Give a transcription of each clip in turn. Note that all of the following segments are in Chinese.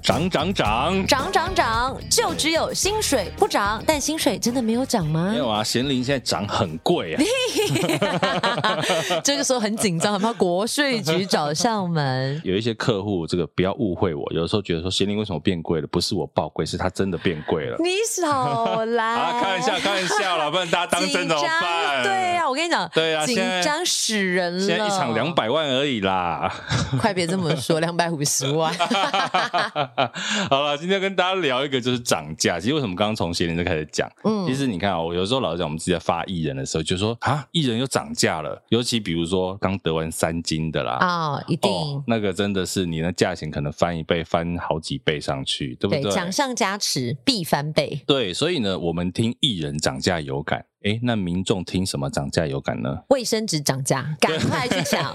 涨涨涨！涨涨涨，就只有薪水不涨，但薪水真的没有涨吗没？有啊，贤玲现在涨很贵啊。 这个时候很紧张，很怕国税局找上门。有一些客户，这个不要误会我，有的时候觉得说咸宁为什么变贵了，不是我报贵，是它真的变贵 了。你少 来！啊，开玩笑，开玩笑 啦，不然大家当真怎么办？紧张对呀、、我跟你讲，对啊紧现在张死人了。现在一场两，百万而已啦。 快别这么说，两百五十万。好了，今天跟大家聊一个就是涨价。其实为什么刚刚从咸宁就开始讲？嗯其实你看啊、我有时候老是讲我们自己在发艺人的时候，就说啊，艺人又涨价了，尤其比如说刚得完三金的啦，啊、一定、哦，那个真的是你的价钱可能翻一倍，翻好几倍上去，对不对，奖项加持必翻倍。对，所以呢，我们听艺人涨价有感，诶，那民众听什么涨价有感呢？ 卫生纸涨价，赶快去抢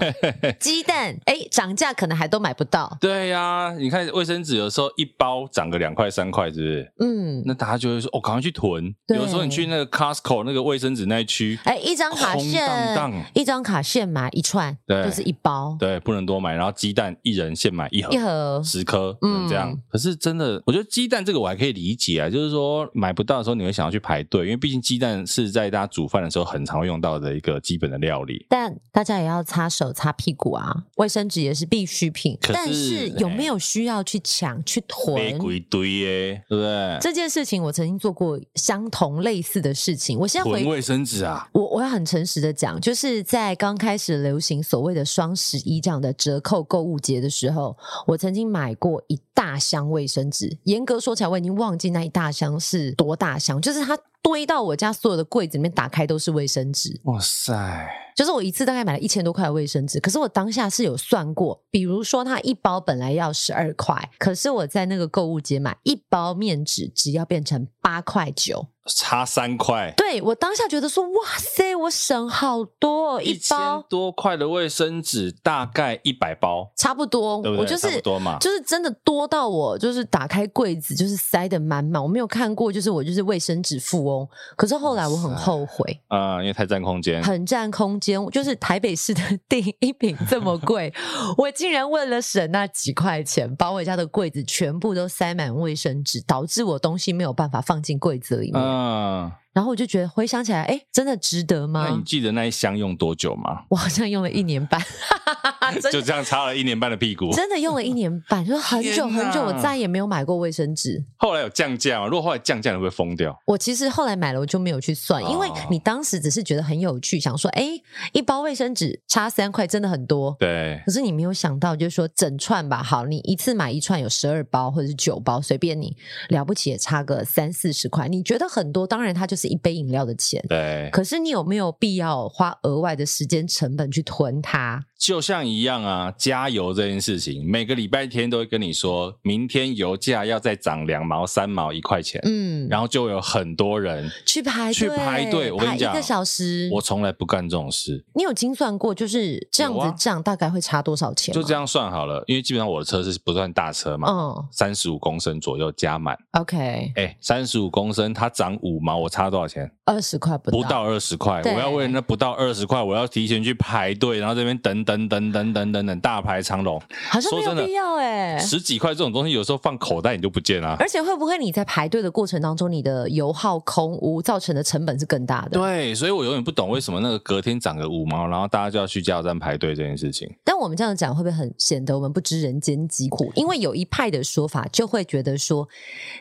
鸡蛋！哎，涨价可能还都买不到。对呀、你看卫生纸有时候一包涨个两块三块，是不是？嗯，那大家就会说哦，赶快去囤。对有时候你去那个 Costco 那个卫生纸那一区，哎，一张卡空线，荡荡一张卡线买一串，对就是一包对，不能多买，然后鸡蛋一人限买一盒一。盒。十颗，嗯，这样。嗯可是真的，我觉得鸡蛋这个我还可以理解啊，就是说买不到的时候，你会想要去排队，因为毕竟鸡蛋是在大家煮饭的时候很常会用到的一个基本的料理。但大家也要擦手、擦屁股啊，卫生纸也是必需品。可是哎但是有没有需要去抢、去背囤？一堆耶，对不对？这件事情，我曾经做过相同类似的事情。我现在囤回，卫生纸啊，我我要很诚实的讲，就是在刚开始流行所谓的双十一这样的折扣购物节的时候，我曾经买过一大箱卫生纸。严格说起来，我已经忘记那一大箱是多大箱，就是它堆到我家所有的柜子里面，打开都是卫生纸。哇塞，就是我一次大概买了一千多块的卫生纸，可是我当下是有算过，比如说它一包本来要十二块，可是我在那个购物节买一包面纸只要变成八块九，差三块，对我当下觉得说哇塞，我省好多哦一千包，多块的卫生纸大概一百包，差不多，对不对？我就差是不。多啊嘛。就是真的多到我，就是打开柜子，就是塞得满满。我没有看过，就是我就是卫生纸富翁。可是后来我很哇塞后悔，啊、因为太占空间，很占空间，就是台北市的第一品这么贵， 我竟然为了省那几块钱，把我家的柜子全部都塞满卫生纸，导致我东西没有办法放进柜子里面。嗯，然后我就觉得回想起来，哎，真的值得那你吗？记得那一箱用多久吗？ 我好像用了一年 半，啊真就的这样擦了一年半的屁股。真的用了一年半，就是很久天哪很久，我再也没有买过卫生纸。后来有降价吗？如果后来降价，你会不会疯掉？我其实后来买了，我就没有去算，因为哦你当时只是觉得很有趣，想说，哎，一包卫生纸差三块，真的很多。对，可是你没有想到，就是说整串吧，好，你一次买一串有十二包或者是九包，随便你，了不起也差个三四十块，你觉得很多，当然它就是一杯饮料的钱。对，可是你有没有必要花额外的时间成本去囤它？就像一样啊，加油这件事情，每个礼拜天都会跟你说，明天油价要再涨两毛、三毛、一块钱，嗯，然后就有很多人。去排队，去排队我跟你排一讲个小时。我从来不干这种事，你有精算过，就是这样有啊子账大概会差多少钱？就这。样算好了，因为基本上我的车是不算大车嘛，嗯三十五公升左右加满。 ，OK，哎，三十五公升它涨五毛，我差多少钱？二十块不不到二十块，我对要为了那不到二十块，我要提前去排队，然后这边等等等等等等等等，大排长龙，好像说没有真的必要哎、十几块这种东西，有时候放口袋你就不见了、而且会不会你在排队的过程当中，你的油耗空污造成的成本是更大的？对，所以我永远不懂为什么那个隔天涨个五毛，然后大家就要去加油站排队这件事情。但我们这样讲会不会很显得我们不知人间疾苦？因为有一派的说法就会觉得说，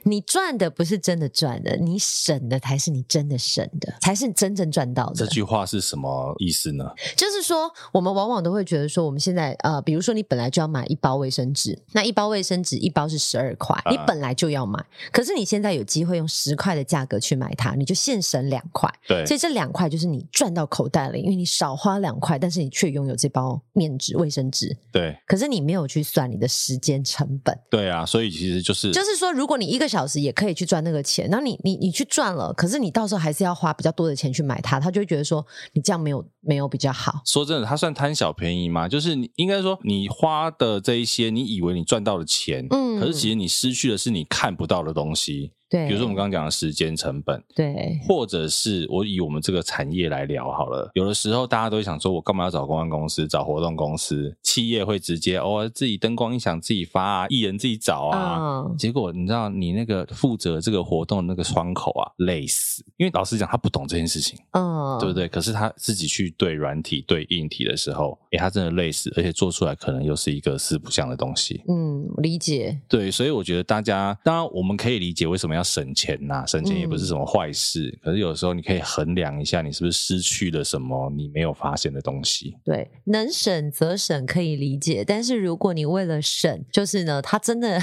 你赚的不是真的赚的，你省的才是你真的省的，才是真正赚到这的。句话是什么意思呢？就是说，我们往往都会觉得说，我们现在呃，比如说你本来就要买一包卫生纸，那一包卫生纸一包是十二块，啊你本来就要买，可是你现在有机会用十块的价格去买它，你就现省两块。对所，以这两块就是你赚到口袋了，因为你少花两块，但是你却拥有这包面纸、卫生纸。对，可是你没有去算你的时间成本，对啊，所以其实就是就是说，如果你一个小时也可以去赚那个钱，那你你你去赚了，可是你到时候还是要花比较多的钱去买它，他就会觉得说你这样没有没有比较好。说真的，它算贪小便宜吗？就是你应该说你花的这一些，你以为你赚到的钱，嗯可是其实你失去的是你看不到的东西，对，比如说我们刚刚讲的时间成本，对或者是我以我们这个产业来聊好了。有的时候大家都会想说，我干嘛要找公关公司、找活动公司？企业会直接哦，自己灯光音响自己发啊，艺人自己找啊。嗯，结果你知道，你那个负责这个活动的那个窗口啊，累死，因为老实讲，他不懂这件事情。嗯，对不对？可是他自己去对软体、对硬体的时候，诶，他真的累死，而且做出来可能又是一个四不像的东西。嗯，理解。对，所以我觉得大家，当然我们可以理解为什么要省钱呐、省钱也嗯不是什么坏事。可是有时候你可以衡量一下，你是不是失去了什么你没有发现的东西。对，能省则省可以理解，但是如果你为了省，就是呢，它 真的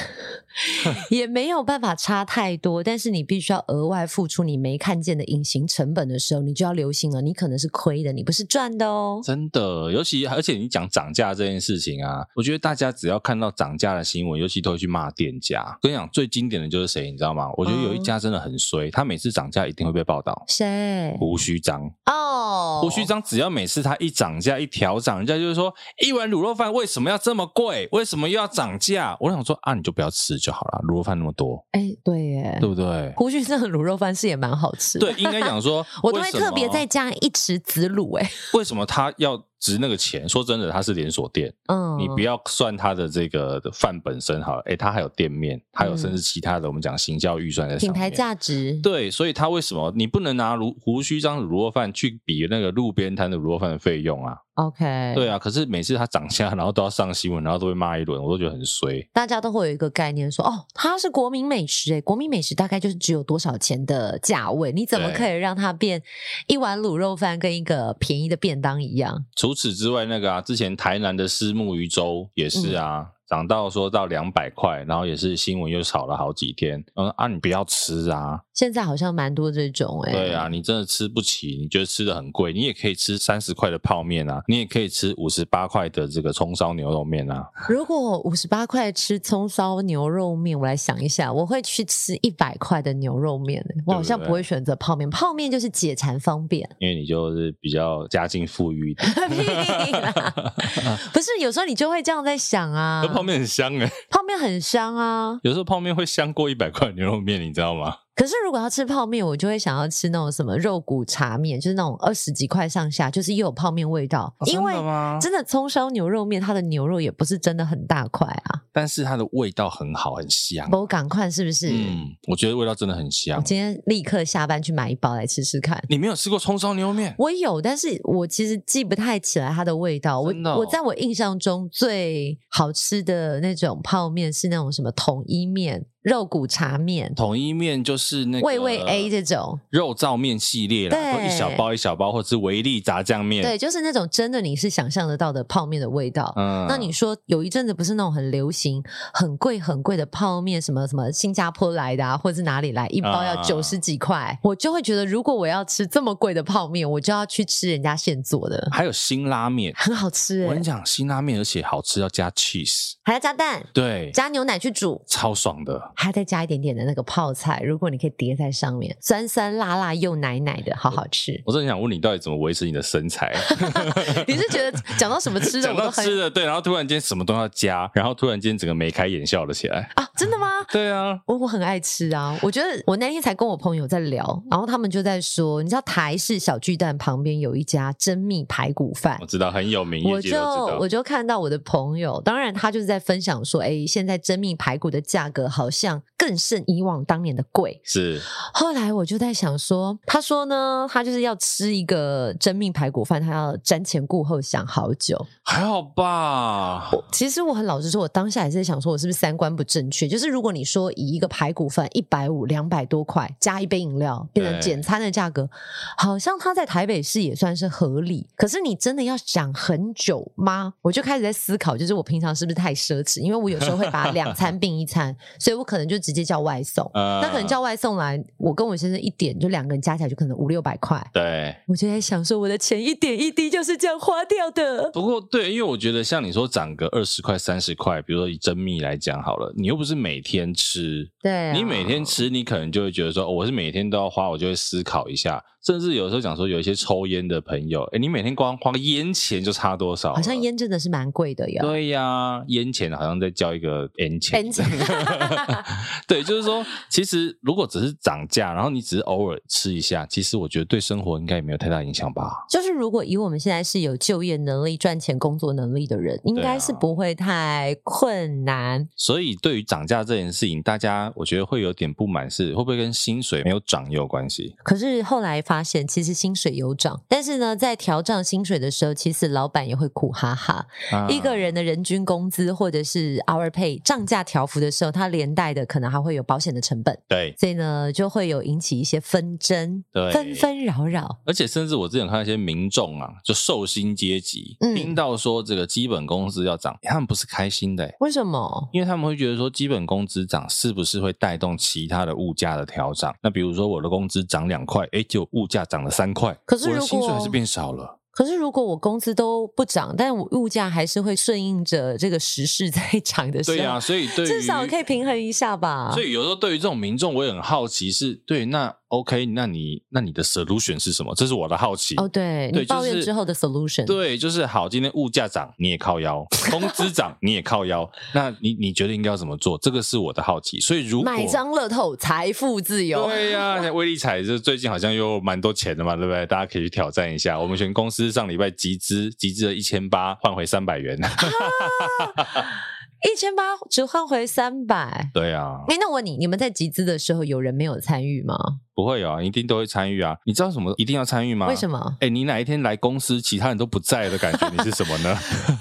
也没有办法差太多，但是你必须要额外付出你没看见的隐形成本的时候，你就要留心了，你可能是亏的，你不是赚的哦。真的，尤其而且你讲涨价这件事情啊，我觉得大家只要看到涨价的新闻，尤其都会去骂店家。跟你讲，最经典的就是谁，你知道吗？我觉得有一嗯家真的很衰，他每次涨价一定会被报道。谁？胡须章，哦，胡须章只要每次他一涨价一调涨，人家就是说一碗卤肉饭为什么要这么贵？为什么又要涨价？我想说啊，你就不要吃就好了，卤肉饭那么多，哎，对耶对，不对？胡须章的卤肉饭是也蛮好吃的。对，应该讲说 ，我都为会什么特别再加一匙子卤，哎，为什么他要值那个钱？说真的，他是连锁店，嗯，你不要算他的这个饭本身好了，诶，他还有店面，还有甚至其他的，我们讲行销预算在上嗯品面。牌价值，对，所以他为什么你不能拿胡胡须章的卤肉饭去比那个路边摊的卤肉饭的费用啊？ ，OK，对啊，可是每次他涨价，然后都要上新闻，然后都被骂一轮，我都觉得很衰。大家都会有一个概念说，哦，它是国民美食，欸诶，国民美食大概就是只有多少钱的价位，你怎么对可以让它变一碗卤肉饭跟一个便宜的便当一样？除此之外，那个啊，之前台南的虱目鱼粥也是嗯啊，涨到说到两百块，然后也是新闻又炒了好几天。嗯啊，你不要吃啊，现在好像蛮多这种、欸诶，对啊，，你真的吃不起，你觉得吃的很贵，你也可以吃三十块的泡面啊，你也可以吃五十八块的这个葱烧牛肉面啊。如果五十八块吃葱烧牛肉面，我来想一下，我会去吃一百块的牛肉面、诶我好像对不对不会选择泡面，泡面就是解馋方便。 因为你就是比较家境富裕一点，屁啦！不是，有时候你就会这样在想啊那，泡面很香哎、泡面很香啊，有时候泡面会香过一百块牛肉面，你知道吗？可是如果要吃泡面，我就会想要吃那种什么肉骨茶面，就是那种二十几块上下，就是又有泡面味道。哦因为真的吗真的葱烧牛肉面，它的牛肉也不是真的很大块啊，但是它的味道很好，很香。不赶快是不是？嗯，我觉得味道真的很我香。今天立刻下班去买一包来吃吃看。你没有吃过葱烧牛肉面？我有，但是我其实记不太起来它的味道。我真的哦我在我印象中最好吃的那种泡面是那种什么统一面、肉骨茶面、统一面就是那个味味 A 这种。肉燥面系列啦，对都一小包一小包，或者是维力炸酱面。对，，就是那种真的你是想象得到的泡面的味道。嗯那你说有一阵子不是那种很流行、很贵、很贵的泡面，什么什么新加坡来的啊，或者是哪里来，一包要啊九十几块，我就会觉得，如果我要吃这么贵的泡面，我就要去吃人家现做的，还有辛拉面，很好吃、我跟你欸，讲，辛拉面而且好吃，要加 cheese，还要加蛋，对，加牛奶去煮，超爽的。吧？。还再加一点点的那个泡菜，如果你可以叠在上面，酸酸辣辣又奶奶的，好好 吃我真的想问你，到底怎么维持你的身 材？你是觉得讲到什么吃的讲我都到很吃的，对，然后突然间什么都要加，然后突然间整个眉开眼笑了起来。啊？真的吗？对啊，我我很爱吃啊！我觉得我那天才跟我朋友在聊，然后他们就在说，你知道台式小巨蛋旁边有一家珍蜜排骨饭我，知道很有名，我业界就都知道。我就看到我的朋友，当然他就是在分享说，哎，现在珍蜜排骨的价格好像更胜以往当年的贵。是后来我就在想说，他说呢，他就是要吃一个珍蜜排骨饭，他要瞻前顾后想好久。还好吧？其实我很老实说，我当下也是想说，我是不是三观不正确？就是如果你说以一个排骨饭一百五、两百多块加一杯饮料，变成对简餐的价格，好像它在台北市也算是合理。可是你真的要想很久吗？我就开始在思考，就是我平常是不是太奢侈？因为我有时候会把两餐并一 餐，所以我可能就直接叫外送。呃那可能叫外送来，我跟我先生一点，就两个人加起来就可能五六百块。对。我就在想说，我的钱一点一滴就是这样花掉的。不过对，因为我觉得像你说涨个二十块、三十块，比如说以珍蜜来讲好了，你又不是每天吃，对啊、你每天吃，你可能就会觉得说，哦我是每天都要花，我就会思考一下。甚至有时候讲说，有一些抽烟的朋友，哎，你每天光花个烟钱就差多少了？好像烟真的是蛮贵的呀。对呀、烟钱好像在交一个 N 钱。 N 钱 对，就是说，其实如果只是涨价，然后你只是偶尔吃一下，其实我觉得对生活应该也没有太大影响吧。就是如果以我们现在是有就业能力、赚钱、工作能力的人，应该是不会太困难。所以对于涨价这件事情，大家我觉得会有点不满是，会不会跟薪水没有涨也有关系？可是后来发现，其实薪水有涨，但是呢，在调涨薪水的时候，其实老板也会苦哈哈。啊一个人的人均工资或者是 hour pay 涨价调幅的时候，它连带的可能还会有保险的成本，对所以呢，就会有引起一些纷争、对纷纷扰扰。而且甚至我之前看到一些民众啊，就寿星阶级，嗯听到说这个基本工资要涨，他们不是开心的、欸，为什么？因为他们会觉得说基本工资涨是不是会带动其他的物价的调涨？那比如说我的工资涨两块，诶，就物价涨了三块，可是我的如薪水果还是变少了。可是如果我工资都不涨，但我物价还是会顺应着这个时势在涨的时候，对呀、所以对于啊至少可以平衡一下吧所。以有时候对于这种民众，我也很好奇是，对那 OK，那你那你的 solution 是什么？这是我的好奇。哦，对对你抱就怨是之后的 solution，、对，就是好，今天物价涨你也靠 腰，工资涨你也靠腰，那你你觉得应该要怎么做？这个是我的好奇。所以如果买张乐透，财富自由。对呀、像威力彩这最近好像又蛮多钱的嘛，对不对？大家可以去挑战一下。我们全公司上礼拜集资，集资了一千八，换回三百元。 一千八只换回三百。对啊，哎，那我问你，你们在集资的时候有人没有参与吗？不会有啊，一定都会参与啊。你知道什么一定要参与吗？为 什？么？哎、你哪一天来公司，其他人都不在的感觉，你是什么呢？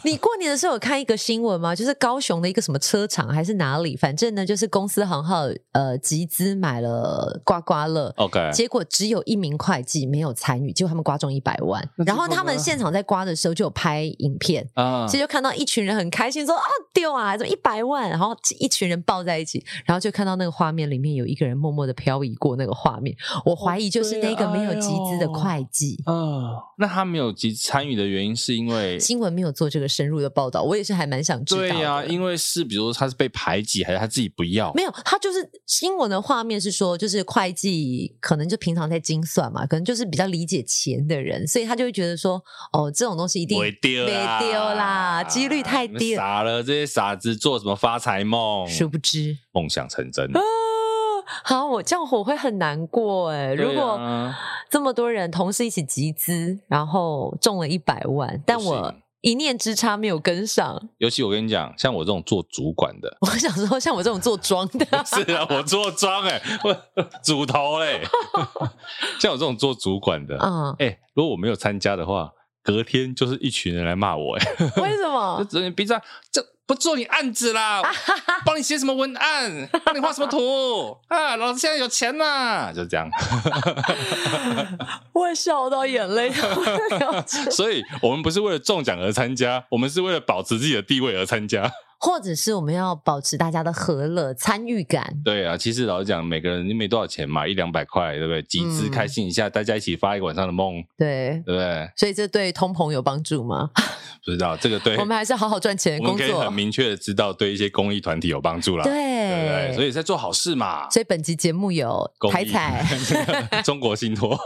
你过年的时候有看一个新闻吗？就是高雄的一个什么车厂还是哪里，反正呢就是公司行号呃集资买了刮刮乐， OK，结果只有一名会计没有参与，结果他们刮中一百万。那然后结果他们呢现场在刮的时候就有拍影片，啊所以就看到一群人很开心说啊丢啊，怎么一百万？然后一群人抱在一起，然后就看到那个画面里面有一个人默默的漂移过那个画面。我怀疑就是那个没有集资的会计。啊、那他没有及参与的原因是因为。新闻没有做这个深入的报道，我也是还蛮想知道哦对的。呀、因为是比如说他是被排挤，还是他自己不要？没有，他就是新闻的画面是说，就是会计可能就平常在精算嘛，可能就是比较理解钱的人，所以他就会觉得说，哦，这种东西一定没丢啦，没丢啦几率太低了傻了，这些傻子做什么发财梦？殊不知梦想成真啊。，好，我这样我会很难过哎、对啊如果这么多人同时一起集资，然后中了一百万，但我行一念之差没有跟上， ，尤其我跟你讲，像我这种做主管的我想说，像我这种做庄的，是啊，我做庄哎、我 主头嘞、像我这种做主管的，嗯， 哎、如果我没有参加的话，隔天就是一群人来骂我哎、为什就么？直接闭上，啊这不做你案子 啦，帮你写什么文案，帮你画什么图啊，老子现在有钱啦，就这 样。我笑到眼泪都流出来所以我们不是为了中奖而参加，我们是为了保持自己的地位而参加。 或者是我们要保持大家的和乐参与感。对啊，其实老实讲，每个人没多少钱嘛，一两百块，对不对？集资嗯开心一下，大家一起发一个晚上的梦，对，对不对？所以这对通膨有帮助吗？不知道这个对我们还是好好赚钱哎我工们可以作很。明确的知道对一些公益团体有帮助啦，对不对？所以以在做好事嘛。所以本集节目有公台益彩， 中国信 托，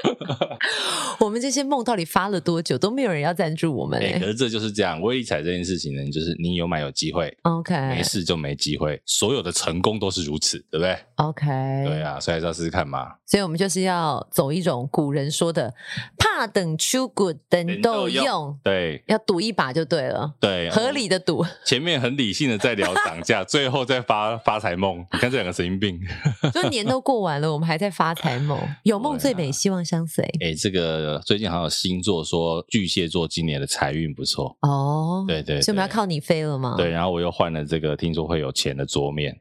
我们这些梦到底发了多久都没有人要赞助我们、哎、欸可是这就是这样。微理财这件事情呢，就是你有买有机会， OK 没事就没机会。所有的成功都是如此，对不对？ OK，对啊，所以还是要试试看嘛。所以我们就是要走一种古人说的“怕等秋谷等等豆豆用对”，要赌一把就对了，对，合理的赌。 前面很理性的在聊涨价，最后再发发财梦。你看这两个神经 病，就年都过完了，我们还在发财 梦，啊有梦最美，希望相随。哎、这个最近好像有星座说巨蟹座今年的财运不错，哦，对对所以我们要对靠你飞了吗？对，，然后我又换了这个，听说会有钱的桌面，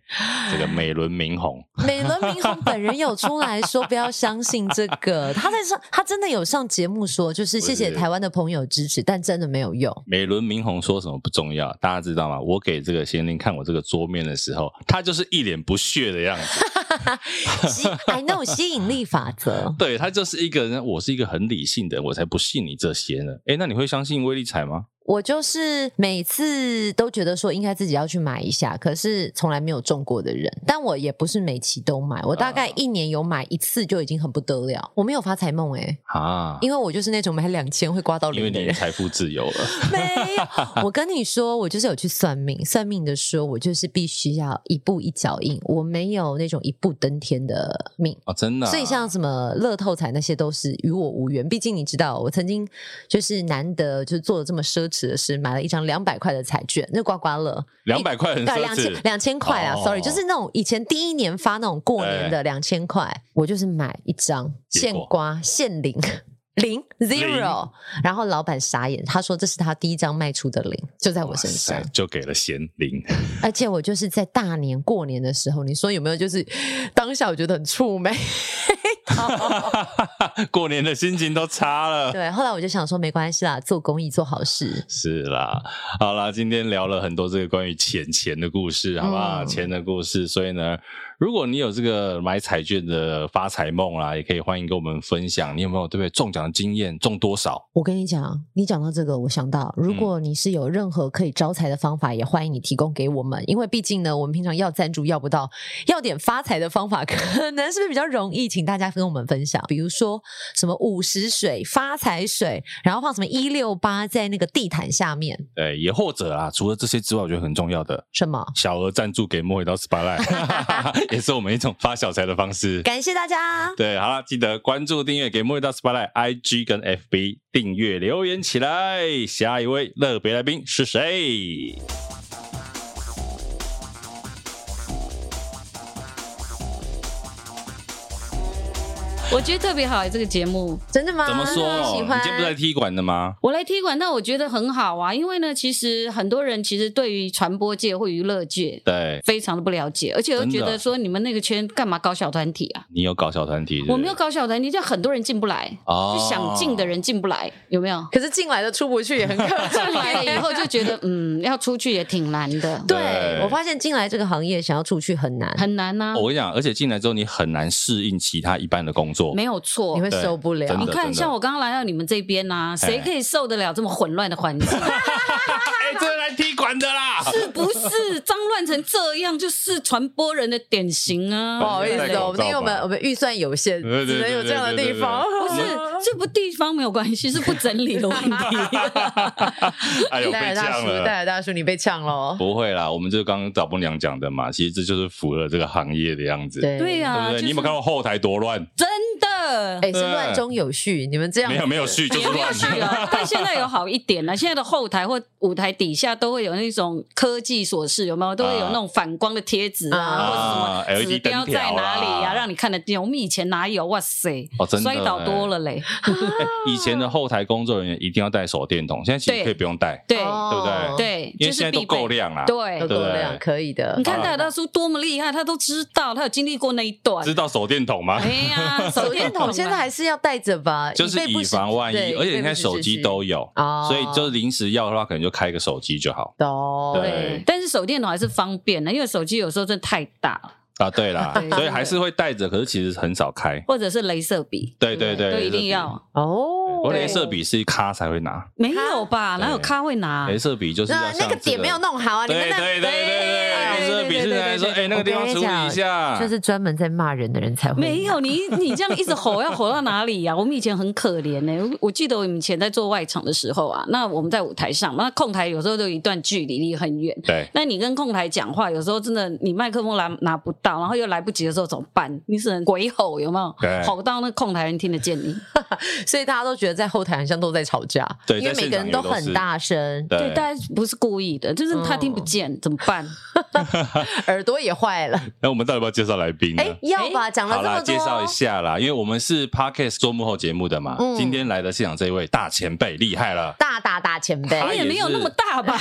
这 个美轮明宏， 美轮明宏本人有出来说不要相信这个，他在上，他真的有上节目说，就是谢谢不是台湾的朋友支持，但真的没有用。美轮明宏说什么不重要，大家知道吗？我给这个贤玲看我这个桌面的时候，他就是一脸不屑的样子， 吸，I know 吸引力法则，对他就是一个人，我是一个很理性的人，我才不信你这些呢。哎，那你会相信威力彩吗？我就是每次都觉得说应该自己要去买一下，可是从来没有中过的人。但我也不是每期都买，我大概啊一年有买一次就已经很不得了。我没有发财梦哎、啊，因为我就是那种买两千会刮到因为零的你 人。财富自由了。没有，我跟你说，我就是有去算命，算命的说我就是必须要一步一脚印，我没有那种一步登天的命。哦，真的啊、所以像什么乐透彩那些都是与我无缘，毕竟你知道，我曾经就是难得就是做了这么奢侈的事，买了一张两百块的彩券，那刮刮乐两百块很对奢两千侈，两千块啊哦哎，sorry，就是那种以前第一年发那种过年的两千块，我就是买一张结现果刮 现零零 zero，然后老板傻眼，他说这是他第一张卖出的零，就在我身上哇塞，就给了贤玲。 而且我就是在大年过年的时候，你说有没有就是当下我觉得很触霉，过年的心情都差了。 对，后来我就想说没关系啦，做公益做好事，是啦，好啦，今天聊了很多这个关于钱钱的故事，好不好？嗯钱的故事，所以呢，如果你有这个买彩券的发财梦啦，也可以欢迎跟我们分享，你有没有对不对中奖的经验，中多少？我跟你讲，啊你讲到这个，我想到，嗯如果你是有任何可以招财的方法，也欢迎你提供给我们，因为毕竟呢，我们平常要赞助要不到，要点发财的方法， 可能是不是比较容易？请大家跟我们分享，比如说什么五十水发财水，然后放什么一六八在那个地毯下面，对，也或者啊，除了这些之外，我觉得很重要的什么？小额赞助给莫一刀 SPA 赖， 也是我们一种发小财的方式。感谢大家，对，好了，记得关注、订阅给莫一刀 SPA 赖 IG 跟 FB 订阅留言起来。下一位乐别来宾是谁？ 我觉得特别好这个节目。真的吗？怎么说？哦你喜欢？今天不是在踢馆的吗？我来踢馆，那我觉得很好啊，因为呢，其实很多人其实对于传播界或娱乐界 对，非常的不了解，而且又真的觉得说你们那个圈干嘛搞小团体啊？你有搞小团体是不是我没有搞小团体，就很多人进不来，哦就想进的人进不来，有没有可是进来的出不去也很可怕。进 来了以后就觉得，嗯，要出去也挺难的，对对我发现进来这个行业，想要出去很难，很难啊呐、哦我跟你讲，而且进来之后你很难适应其他一般的工 作没。有错你。会对受不了真。的你看，像我刚刚来到你们这边呐、谁可以受得了这么混乱的环境？哎，这来踢馆的啦！ 是不是脏乱成这样，就是传播人的典型啊！不好意思戴口哦，我们因为罩我们吧我们预算有限，对只对对能有这样的地方。不是这不地方没有关系，是不整理的 问题。哎呦，被戴尔大呛叔，了。戴尔大叔，你被呛喽。不会啦，我们就刚刚找不娘讲的嘛，其实这就是符合这个行业的样子，对对呀、对不就对？是你有没有看到后台多乱？真的？哎，是乱中有序，你们这样没有没有序就是也没有哦乱去，啊了，但现在有好一点了。现在的后台或舞台底下都会有那种科技琐事，有没有？都啊会有那种反光的贴纸啊，啊或者什么 LED 指标在 E 哪灯里条呀、啦让你看得见。我们以前哪有？哇塞，哦真的摔倒多了嘞。 以前的后台工作人员一定要带手电筒，现在其实对可以不用带，对对不对，因就为现是在都必备够。亮啊啦。哦都对，够对亮，可以的你。看戴尔大叔多么厉害，他都知道，他有经历过那一段知。道手电筒吗？哎 呀，手手电筒电筒啊现在还是要带着吧，就是备不以时防万一，对而且以你备不看时手之机需都有，哦所以就是临时要的话，可能就开个手机就好。懂。对但是手电筒还是方便的，因为手机有时候真的太大了，啊，对啦对，所以还是会带着，可是其实很少开。或者是镭射笔，对对对，都镭一射定笔。要。哦，我镭射笔是咖才会拿，没有吧？对哪有咖会拿？镭射笔就是要那像那个这点没有弄好啊，你对们对那对对哎对，镭射笔是来说，对对对对对哎，那个地方处理一下。就是专门在骂人的人才会没有你，你这样一直吼，要吼到哪里啊 呀、我们以前很可怜呢、我我记得我以前在做外场的时候啊，那我们在舞台上嘛，那控台有时候都有一段距离，离很远。对，那你跟控台讲话，有时候真的你麦克风拿拿不到，然后又来不及的时候怎么办？你只能鬼吼，有没对有？吼到那控台人听得见你。所以大家都觉得在后台好像都在吵架，对因为在每现个人场也都很是大声，对，对。但不是故意的，就是他听不见，怎么办？耳朵也坏了。那我们到底要不要介绍来宾呢哎？，要吧，讲嗯了好这啦，么多，介绍一下啦，因为我们是 podcast 做幕后节目的嘛。嗯今天来的现场这一位大前辈厉害 了，大大大前他你辈，也没有那么大 吧？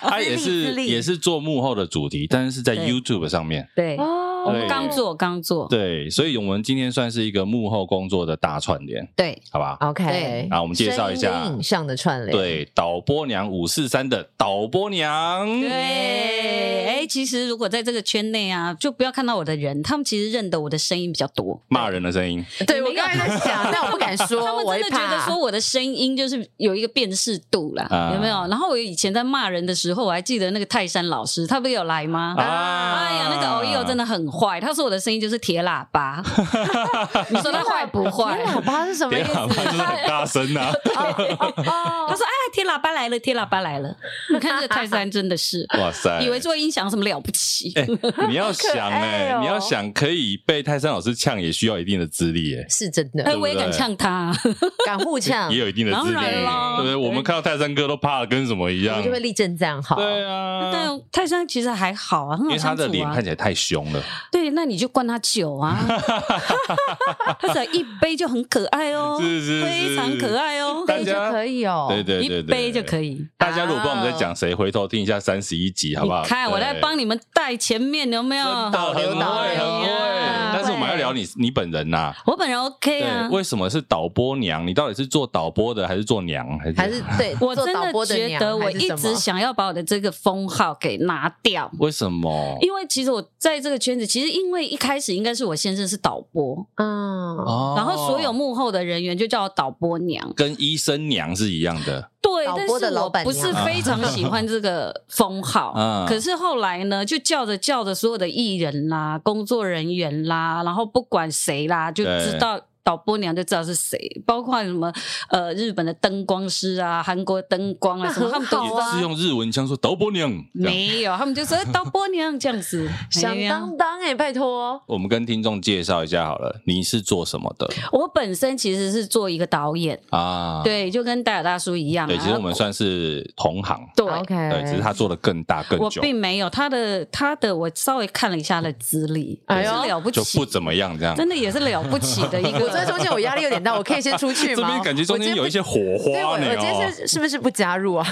他也资是历也是做幕后的主题，但是在对 YouTube 上面。对，我我们刚做，刚做，对，所以我们今天算是一个幕后工作的大串联，对，好吧？ ，OK，对啊我们介绍一下声音跟影像的串联，，对，导播娘五四三的导播娘，对，哎，其实如果在这个圈内啊，就不要看到我的人，他们其实认得我的声音比较多。骂人的声音，对你我没有刚才在想，但我不敢 他说，们我真会的觉得怕说。我啊的声音就是有一个辨识度啦，啊有没有？然后我以前在骂人的时候，我还记得那个泰山老师，他不是有来吗？啊哎呀，那个欧耶真的很坏，他说我的声音就是铁喇 叭，你说他坏不坏铁？喇叭是什么别意思？喇 叭就是很大声啊 呐、哦哦他说：“哎，铁喇叭来了，铁喇叭来了。”你看这个泰山真的是，哇塞！以为做音响什么了不起？哎、你要想哎、好可爱哦你要想可以被泰山老师呛，也需要一定的资历哎、是真哎， 的，我也敢呛他，敢互呛也，有一定的资历，嗯当然对啦不对？我们看到泰山哥都怕的跟什么一我样们就，会立正站好。对啊，但泰山其实还好啊，很因好为他相处的脸啊看。起来太凶了，对，那你就灌他酒 啊，他只要一杯就很可爱哦，是是是非常可爱哦，大杯就家可以哦，对对对对，一杯就可以。以。大家如果不知道我们在讲谁，回头听一下三十一集好不好？你看我在对帮你们带前面有没有？真的很会导流很会呀，但是我们要聊你你本人呐。我本人 OK 对啊，。为什么是导播娘？你到底是做导播的，还是做娘？还是还是对，我做真导播的的觉娘得我还是一什直么想要把我的这个封号给拿掉，为什么？因为其实我在这个圈子，其实因为一开始应该是我先生是导播，嗯，哦然后所有幕后的人员就叫我导播娘。跟医生娘是一样的，。对，导但播的是老我板不娘啊是非常喜欢这个封号 嗯可是后来呢，就叫着叫着，所有的艺人啦、工作人员啦，然后不管谁啦，就对知道。导播娘就知道是谁，包括什么呃日本的灯光师啊、韩国灯光啊那什么，他很们都好知啊也。道是用日文腔说导播娘。这样没有，他们就说哎导播娘这样子。 响哎呀当当哎，拜托，我们跟听众介绍一下好了，你是做什么的我本身其实是做一个导演，啊？对，就跟戴尔大叔一样啊。对，其实我们算是哦同行，对 OK，对，只是他做的更大更我久，并没有他的他的，我稍微看了一下他的资历，哎也呦是了不就起，不怎么样这样。真的也是了不起的一个。 我在中间我压力有点大，我可以先出去这吗？边感觉中间有一些火我今天不。对，我花呢我今哦天。是是不是不加入 啊？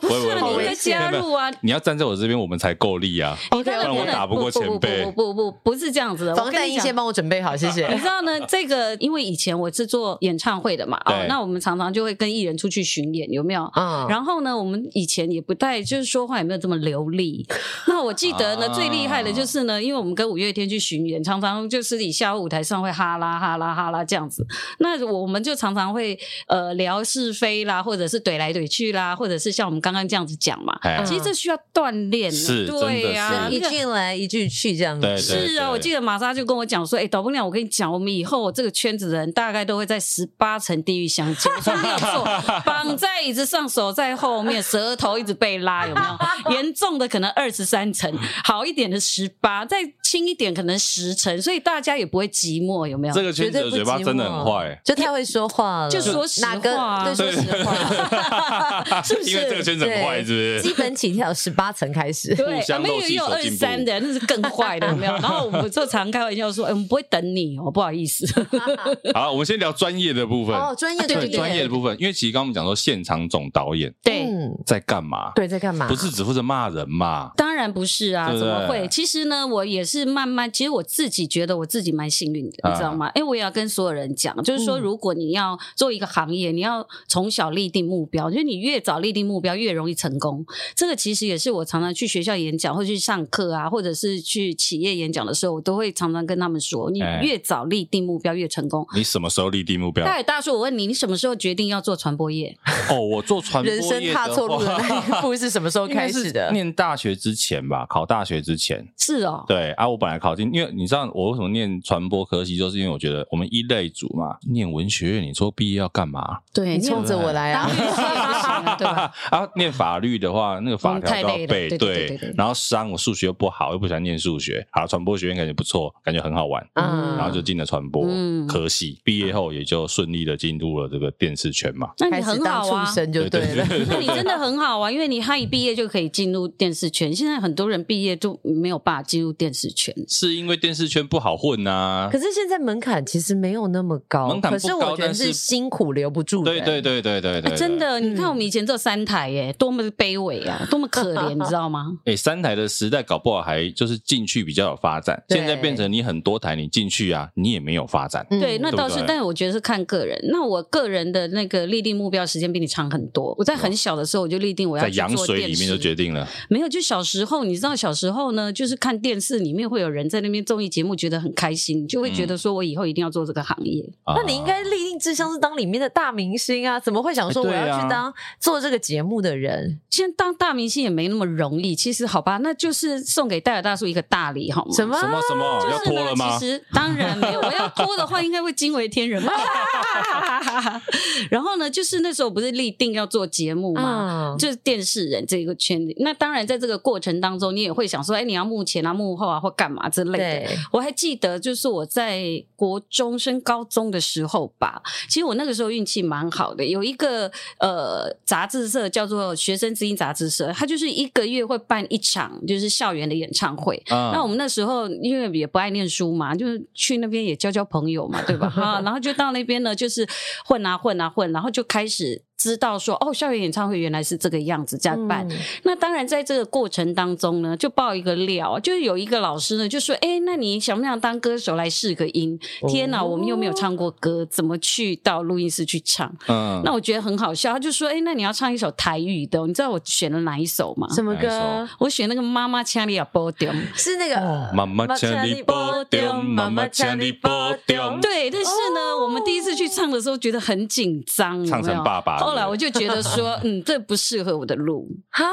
不是那你应该加入啊！你要站在我这边，我们才够力啊！你不当然然我能打不过前辈不不不不不不不是这样子的。防我跟弹你衣先讲，帮我准备好，谢你谢。知道呢？这个因为以前我是做演唱会的嘛，哦对，那我们常常就会跟艺人出去巡演，有没有？ 嗯，然后呢，我们以前也不太就是说话也没有这么流利。 那我记得呢，啊最厉害的就是呢，因为我们跟五月天去巡演，常常就私底下舞台上会哈啦哈啦哈啦这样子。那我们就常常会呃聊是非啦，或者是怼来怼去啦，或者是像我们刚刚这样子讲嘛。哎嗯其实这需要锻炼的，是对呀、真的一那个句来一句去这样对子，是啊，我记得玛莎就跟我讲说，哎、导播娘，我跟你讲，我们以后这个圈子的人大概都会在十八层地狱相见。我说没有 错，绑在椅子上，手在后面，舌头一直被拉，有没 有？严重的可能二十三层，好一点的十八，再轻一点可能十层，所以大家也不会寂寞，有没有这？个圈子的嘴巴真的很坏，就太会说话了，就说实话哪个对说 实话，是不是？因为这个圈子很坏，对是不基是？本起跳十八层开始。对，互相啊没有斗气也有所二进步三的，那是更坏的，有没 有？然后我们就常开玩笑说，哎，我们不会等你哦，不好意思。好，我们先聊专业的部分。哦，专业对对专业的部分，因为其实刚刚我们讲说，现场总导演对，嗯在干嘛？对，在干嘛？不是只负责骂人嘛？当然不是啊，对不怎对么会？其实呢，我也是慢慢，其实我自己觉得我自己蛮幸运的，啊你知道吗？哎，我也要跟所有人讲，就是说，嗯如果你要做一个行业，你要从小立定目标，就是你越早立定目标，越容易成功。这个其实也是我常常去学校演讲，或去上课啊，或者是去企业演讲的时候，我都会常常跟他们说，你哎越早立定目标，越成功。你什么时候立定目标？大野大叔，我问你，你什么时候决定要做传播业？哦，我做传播人生业踏的错路 的话那一步是什么时候应该开是始的？念大学之前吧，考大学之前。是哦，对啊，我本来考进，因为你知道我为什么念传播科系，就是因为我觉得我们一类组嘛，念文学院，你说毕业要干嘛？对你你冲样着我来啊当！律 师也不行啊， 对吧？啊，念法律的话，那个法嗯条太都要累了背，对对对对对然后商我数学又不好，又不喜欢念数学，好，传播学院感觉不错，感觉很好玩，嗯然后就进了传播啊嗯科系，毕业后也就顺利的进入了这个电视圈嘛。那开你始很当好啊畜。生就对 了。那你真的很好啊，因为你他一毕业就可以进入电视圈。现在很多人毕业就没有办法进入电视圈， 是因为电视圈不好混呐、啊 可。是现在门槛其实没有那么高，门槛不高可是我觉得但是是辛苦留不住的。对对对对对对哎真。对的。对你看我们以前做三台耶，多么的卑微啊，多么可怜，啊你知 道吗？哎、三台的时代搞不好还就是进去比较有发展，对现在变成你很多台你进去啊，你也没有发展。嗯，对，那倒对不是对，但我觉得是看个人。那我个人的那个立定目标时间比你长很多。我在很小的时候我就立定我要在去羊做水电里视面就决定了，没有，就小时候，你知道小时候呢，就是看电视里面会有人在那边综艺节目，觉得很开心，你就会嗯觉得说我以后一定要做这个行业。啊那你应该立定志向是当里面的大明星啊，怎么会想说哎我对啊要去当做这个节目的人？现在当大明星也没那么容易，其实好吧，那就是送给戴尔大叔一个大礼好吗？什么啊什么什么、就是呢要脱了吗其？实当然没有，我要脱的话应该会惊为天人 吧。然后呢，就是那时候不是立定要做节目吗？啊？就是电视人这一个圈里，那当然在这个过程当中，你也会想说，哎，你要幕前啊、幕后啊，或干嘛之类的。对，嗯我还记得，就是我在国中升高中的时候吧，其实我那个时候运气蛮好的，有一个呃杂志社叫做《学生之音》杂志社，它就是一个月会办一场就是校园的演唱会。啊那我们那时候因为也不爱念书嘛，就是去那边也交交朋友嘛，对吧？哈，然后就到那边呢，就是混啊混啊混，然后就开始知道说，哦，校园演唱会原来是这个样子这样办。嗯那当然，在这个过程当中呢，就爆一个料，就是有一个老师呢就说：“哎、那你想不想当歌手来试个音？”天哪，哦我们又没有唱过歌，怎么去到录音室去唱？嗯那我觉得很好笑，他就说：“哎、那你要唱一首台语的哦，你知道我选了哪一首吗？”什么哪歌？我选那个妈妈腔里亚波丢，嗯是那个妈妈请你保重，妈妈请你保重。对，但是呢，我们第一次去唱的时候觉得很紧 张，唱成有没有啊爸爸后来我就觉得说，嗯，这不适合我的路，哈，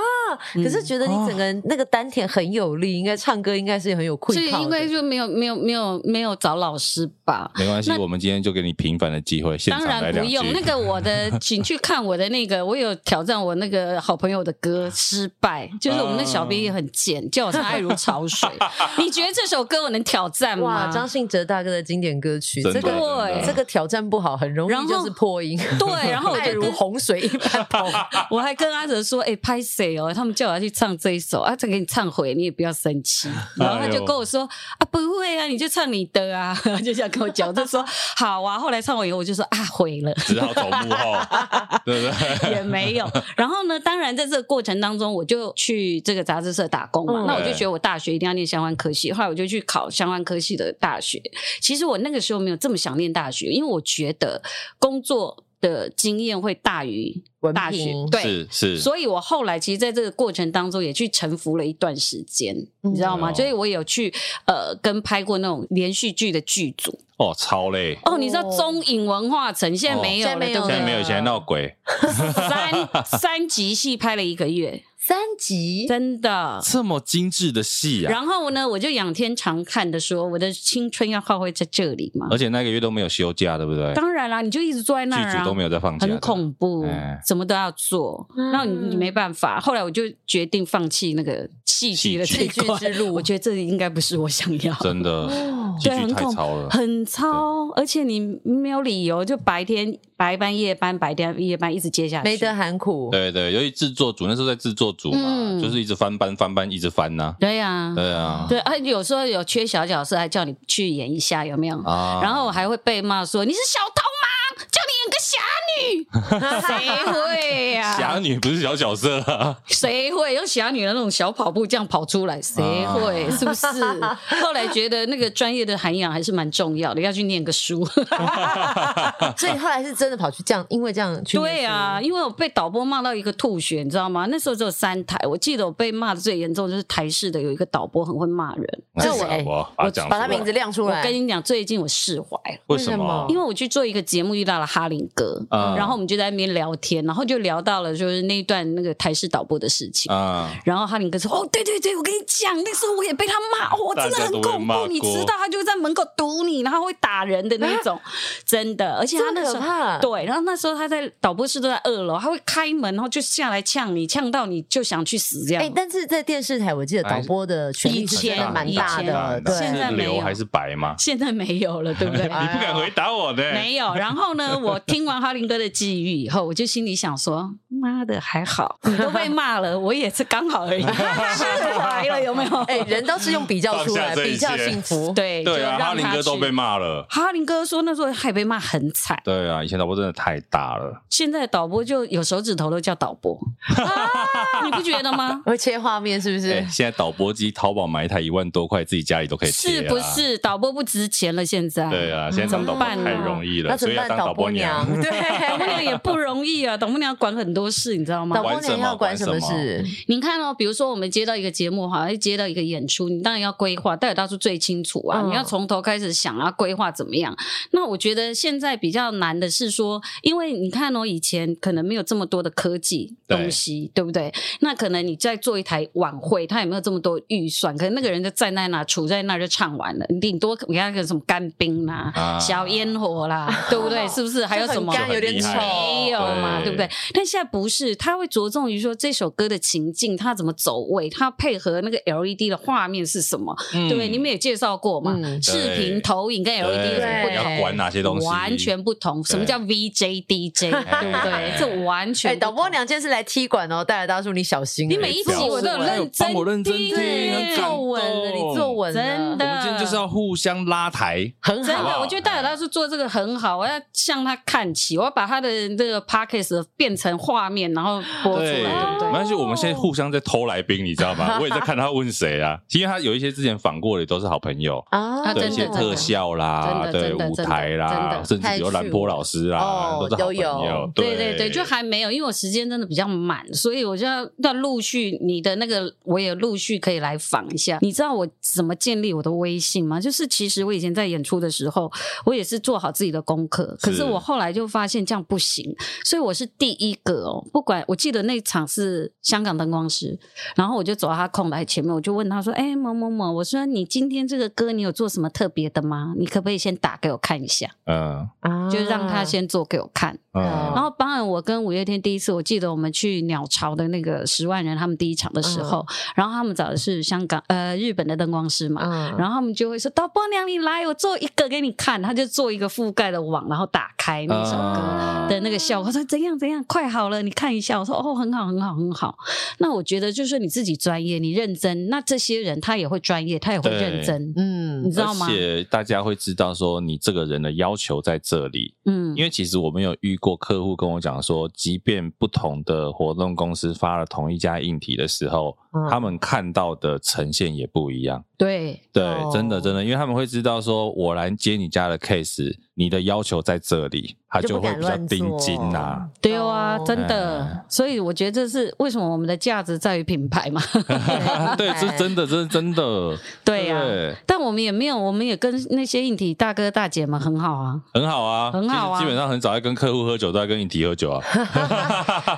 可是觉得你哦整个人那个丹田很有力，应该唱歌应该是很有所愧以靠的。因为就没有没有没有没有找老师吧。没关系，那我们今天就给你平凡的机会，现当场来然不两句。用，那个我的，请去看我的那个，我有挑战我那个好朋友的歌失败，就是我们的小编也很贱，叫我唱《爱如潮 水》，你觉得这首歌我能挑战哇，吗？张信哲大哥的经典歌曲，真的这个真的这个挑战不好，很容然后易就是破音。对然后我就爱如跟洪水一般跑。我还跟阿哲说，哎、拍谁哦？他们叫我要去唱这一首，啊，再给你唱回，你也不要 生气。然后他就跟我说，啊，不会啊，你就唱你的啊， 就这样跟我讲，我就说好啊。后来唱完以后，我就说啊，毁了。 只好走幕后， 对不对？也没有。然后呢，当然在这个过程当中，我就去这个杂志社打工嘛。嗯那我就觉得我大学一定要念相关科系，后来我就去考相关科系的大学。其实我那个时候没有这么想念大学，因为我觉得工作的经验会大于文凭大学，对。是是，所以我后来其实在这个过程当中也去沉浮了一段时间，嗯你知道吗？哦所以我有去呃跟拍过那种连续剧的剧组。哦，超累。哦，你知道哦中影文化城现在没有哦现在了，没有对不现对在？没有以前闹鬼，三三集戏拍了一 个月，三集，真的。这么精致的戏啊！啊然后呢，我就仰天长叹的说，我的青春要耗费在这里嘛而。且那个月都没有休假，对不呃对？当然啦，你就一直坐在那剧儿组都啊没，有在放假的，很恐怖哎，什么都要做，嗯那你你没办法。后来我就决定放弃那个戏剧的这戏一剧块之 路我觉得这应该不是我想要。真的哦戏对剧很太恐超了。很超，而且你没有理由就白天白班夜班白天夜班一直接下去，没得喊苦。对对，由于制作组那时候在制作组嘛，嗯就是一直翻班翻班，一直翻呐。对呀，对啊，对，啊，有时候有缺小角色，还叫你去演一下，有没有？啊，然后我还会被骂说你是小偷吗？叫你演个侠 女，谁会呀、侠女不是小角色啊，谁会用侠女的那种小跑步这样跑出来？谁啊会？是不是？后来觉得那个专业的涵养还是蛮重要的，要去念个书。所以后来是真的跑去这样，因为这样去念对啊，因为我被导播骂到一个吐血，你知道吗？那时候只有三台，我记得我被骂的最严重就是台视的有一个导播很会骂人。那是我哎什么把它讲书，出把来他名字亮出哎来我跟。你讲，最近我释怀了。为什么么？因为我去做一个节目，遇到了哈林哥，嗯然后我们就在那边聊天，然后就聊到了就是那一段那个台视导播的事情。啊，然后哈林哥说：“哦，对对对，我跟你讲，那时候我也被他骂，哦我、真的大家很都被恐骂过怖，你知道，他就会在门口堵你，然后会打人的那种，真的。而且他啊这么那时可候怕对，然后那时候他在导播室都在二楼，他会开门，然后就下来呛你，呛到你就想去死这样。哎，但是在电视台，我记得导播的权力是真的蛮大以前的，以前对现在是没有留还是白吗？现在没有了，对不 对？哎你不敢回答我呢。哎没有。然后呢，我听完哈林哥的寄语以后，我就心里想说：“妈的，还好，你都被骂了，我也是刚好而已，释怀了，有没有？”哎，人都是用比较出来， 放下这一比切较幸福。对对啊，哈林哥都被。就让他去骂了。哈林哥说那时候还被骂很惨，对啊，以前导播真的太大了，现在导播就有手指头都叫导播，啊、你不觉得吗？会切画面是不哎是，？现在导播机淘宝买一台一万多块，自己家里都可以贴是啊不？是导播不值钱了？现在对啊，现在当导播怎么办太呢容易了，那所怎以么要当办？导导播播娘娘，。导播对，娘也不容易啊，导播娘管很多事，你知道吗 导？播娘要管什么事？你看哦，比如说我们接到一个节目，好，接到一个演出，你当然要规划，到底到处最清楚啊，嗯你要从头开始想啊，规划怎么样？那我觉得现在比较难的是说，因为你看哦，以前可能没有这么多的科技对东西，对不对？那可能你在做一台晚会，他也没有这么多预算，可能那个人就站在那，杵在那就唱完了，你顶多给他个什么干冰啦、啊小烟火啦，对 不对？是不是？还有什么哎这很干有点就很厉害丑没有嘛，对对不对？但现在不是，他会着重于说这首歌的情境，它怎么走位，它配合那个 LED 的画面是什么，嗯对不对？你们也介绍过嘛，嗯视频投影跟 LED 有什么对不要同？管哪些东西，完全不同。什么叫 VJ DJ，对不哎对？这完全哎，不同导播娘今天是来踢馆哦，戴尔大叔，你小心欸。你每一集不要我都有认真帮我认真听，听哎很感动坐稳了，你坐。稳了，真的我们今天就是要互相拉抬，很真好。好的，我觉得戴尔大叔做这个很好，我要向他看齐，我要把他的那个 podcast 变成画面，然后播出来，对不对没？关系，我们现在互相在偷来宾，你知道 吗？我也在看他问谁啊，因为他有一些之前访过的也都是好朋友，啊啊对一真的些特效啦，真的对真的舞台啦，真甚至有兰波老师啦，太都是好朋有趣友哦。对对对，就还没有，因为我时间真的比较满，所以我就要要陆续你的那个，我也陆续可以来访一下。你知道我怎么建立我的微信吗？就是其实我以前在演出的时候，我也是做好自己的功课，可是是我后来就发现这样不行，所以我是第一个哦。不管我记得那场是香港灯光师，然后我就走到他空白前面，我就问他说：“哎、某某某，我说你今天这个歌你有做什么特别的吗？你可不可以先打给我看一下？嗯啊就让他先做给我看。”嗯然后，当然，我跟五月天第一次，我记得我们去鸟巢的那个十万人他们第一场的时候，嗯然后他们找的是香港呃日本的灯光师嘛，嗯然后他们就会说：“导播娘，你来，我做一个给你看。”他就做一个覆盖的网，然后打开那首歌啊的那个效果，他说：“怎样怎样，快好了，你看一下。”我说：“哦，很好，很好，很好。”那我觉得就是你自己专业，你认真，那这些人他也会专业，他也会对认真，你嗯，知道吗而？且大家会知道说你这个人的要求在这里，嗯，因为其实我们有遇过客户跟我讲说，即便不同的活动公司发了同一家硬体的时候，嗯他们看到的呈现也不一样。对。对，哦真的真的，因为他们会知道说，我来接你家的 case，你的要求在这里，他就就不会敢比较乱做盯紧呐、啊。 对啊，哦真哎的，所以我觉得这是为什么我们的价值在于 品牌嘛。对，这是真的，这是真的。对呀、对但我们也没有，我们也跟那些硬体大哥大姐们很好 啊。很好啊，很好啊其实基本上很早在跟客户喝酒，都在跟你提喝酒啊。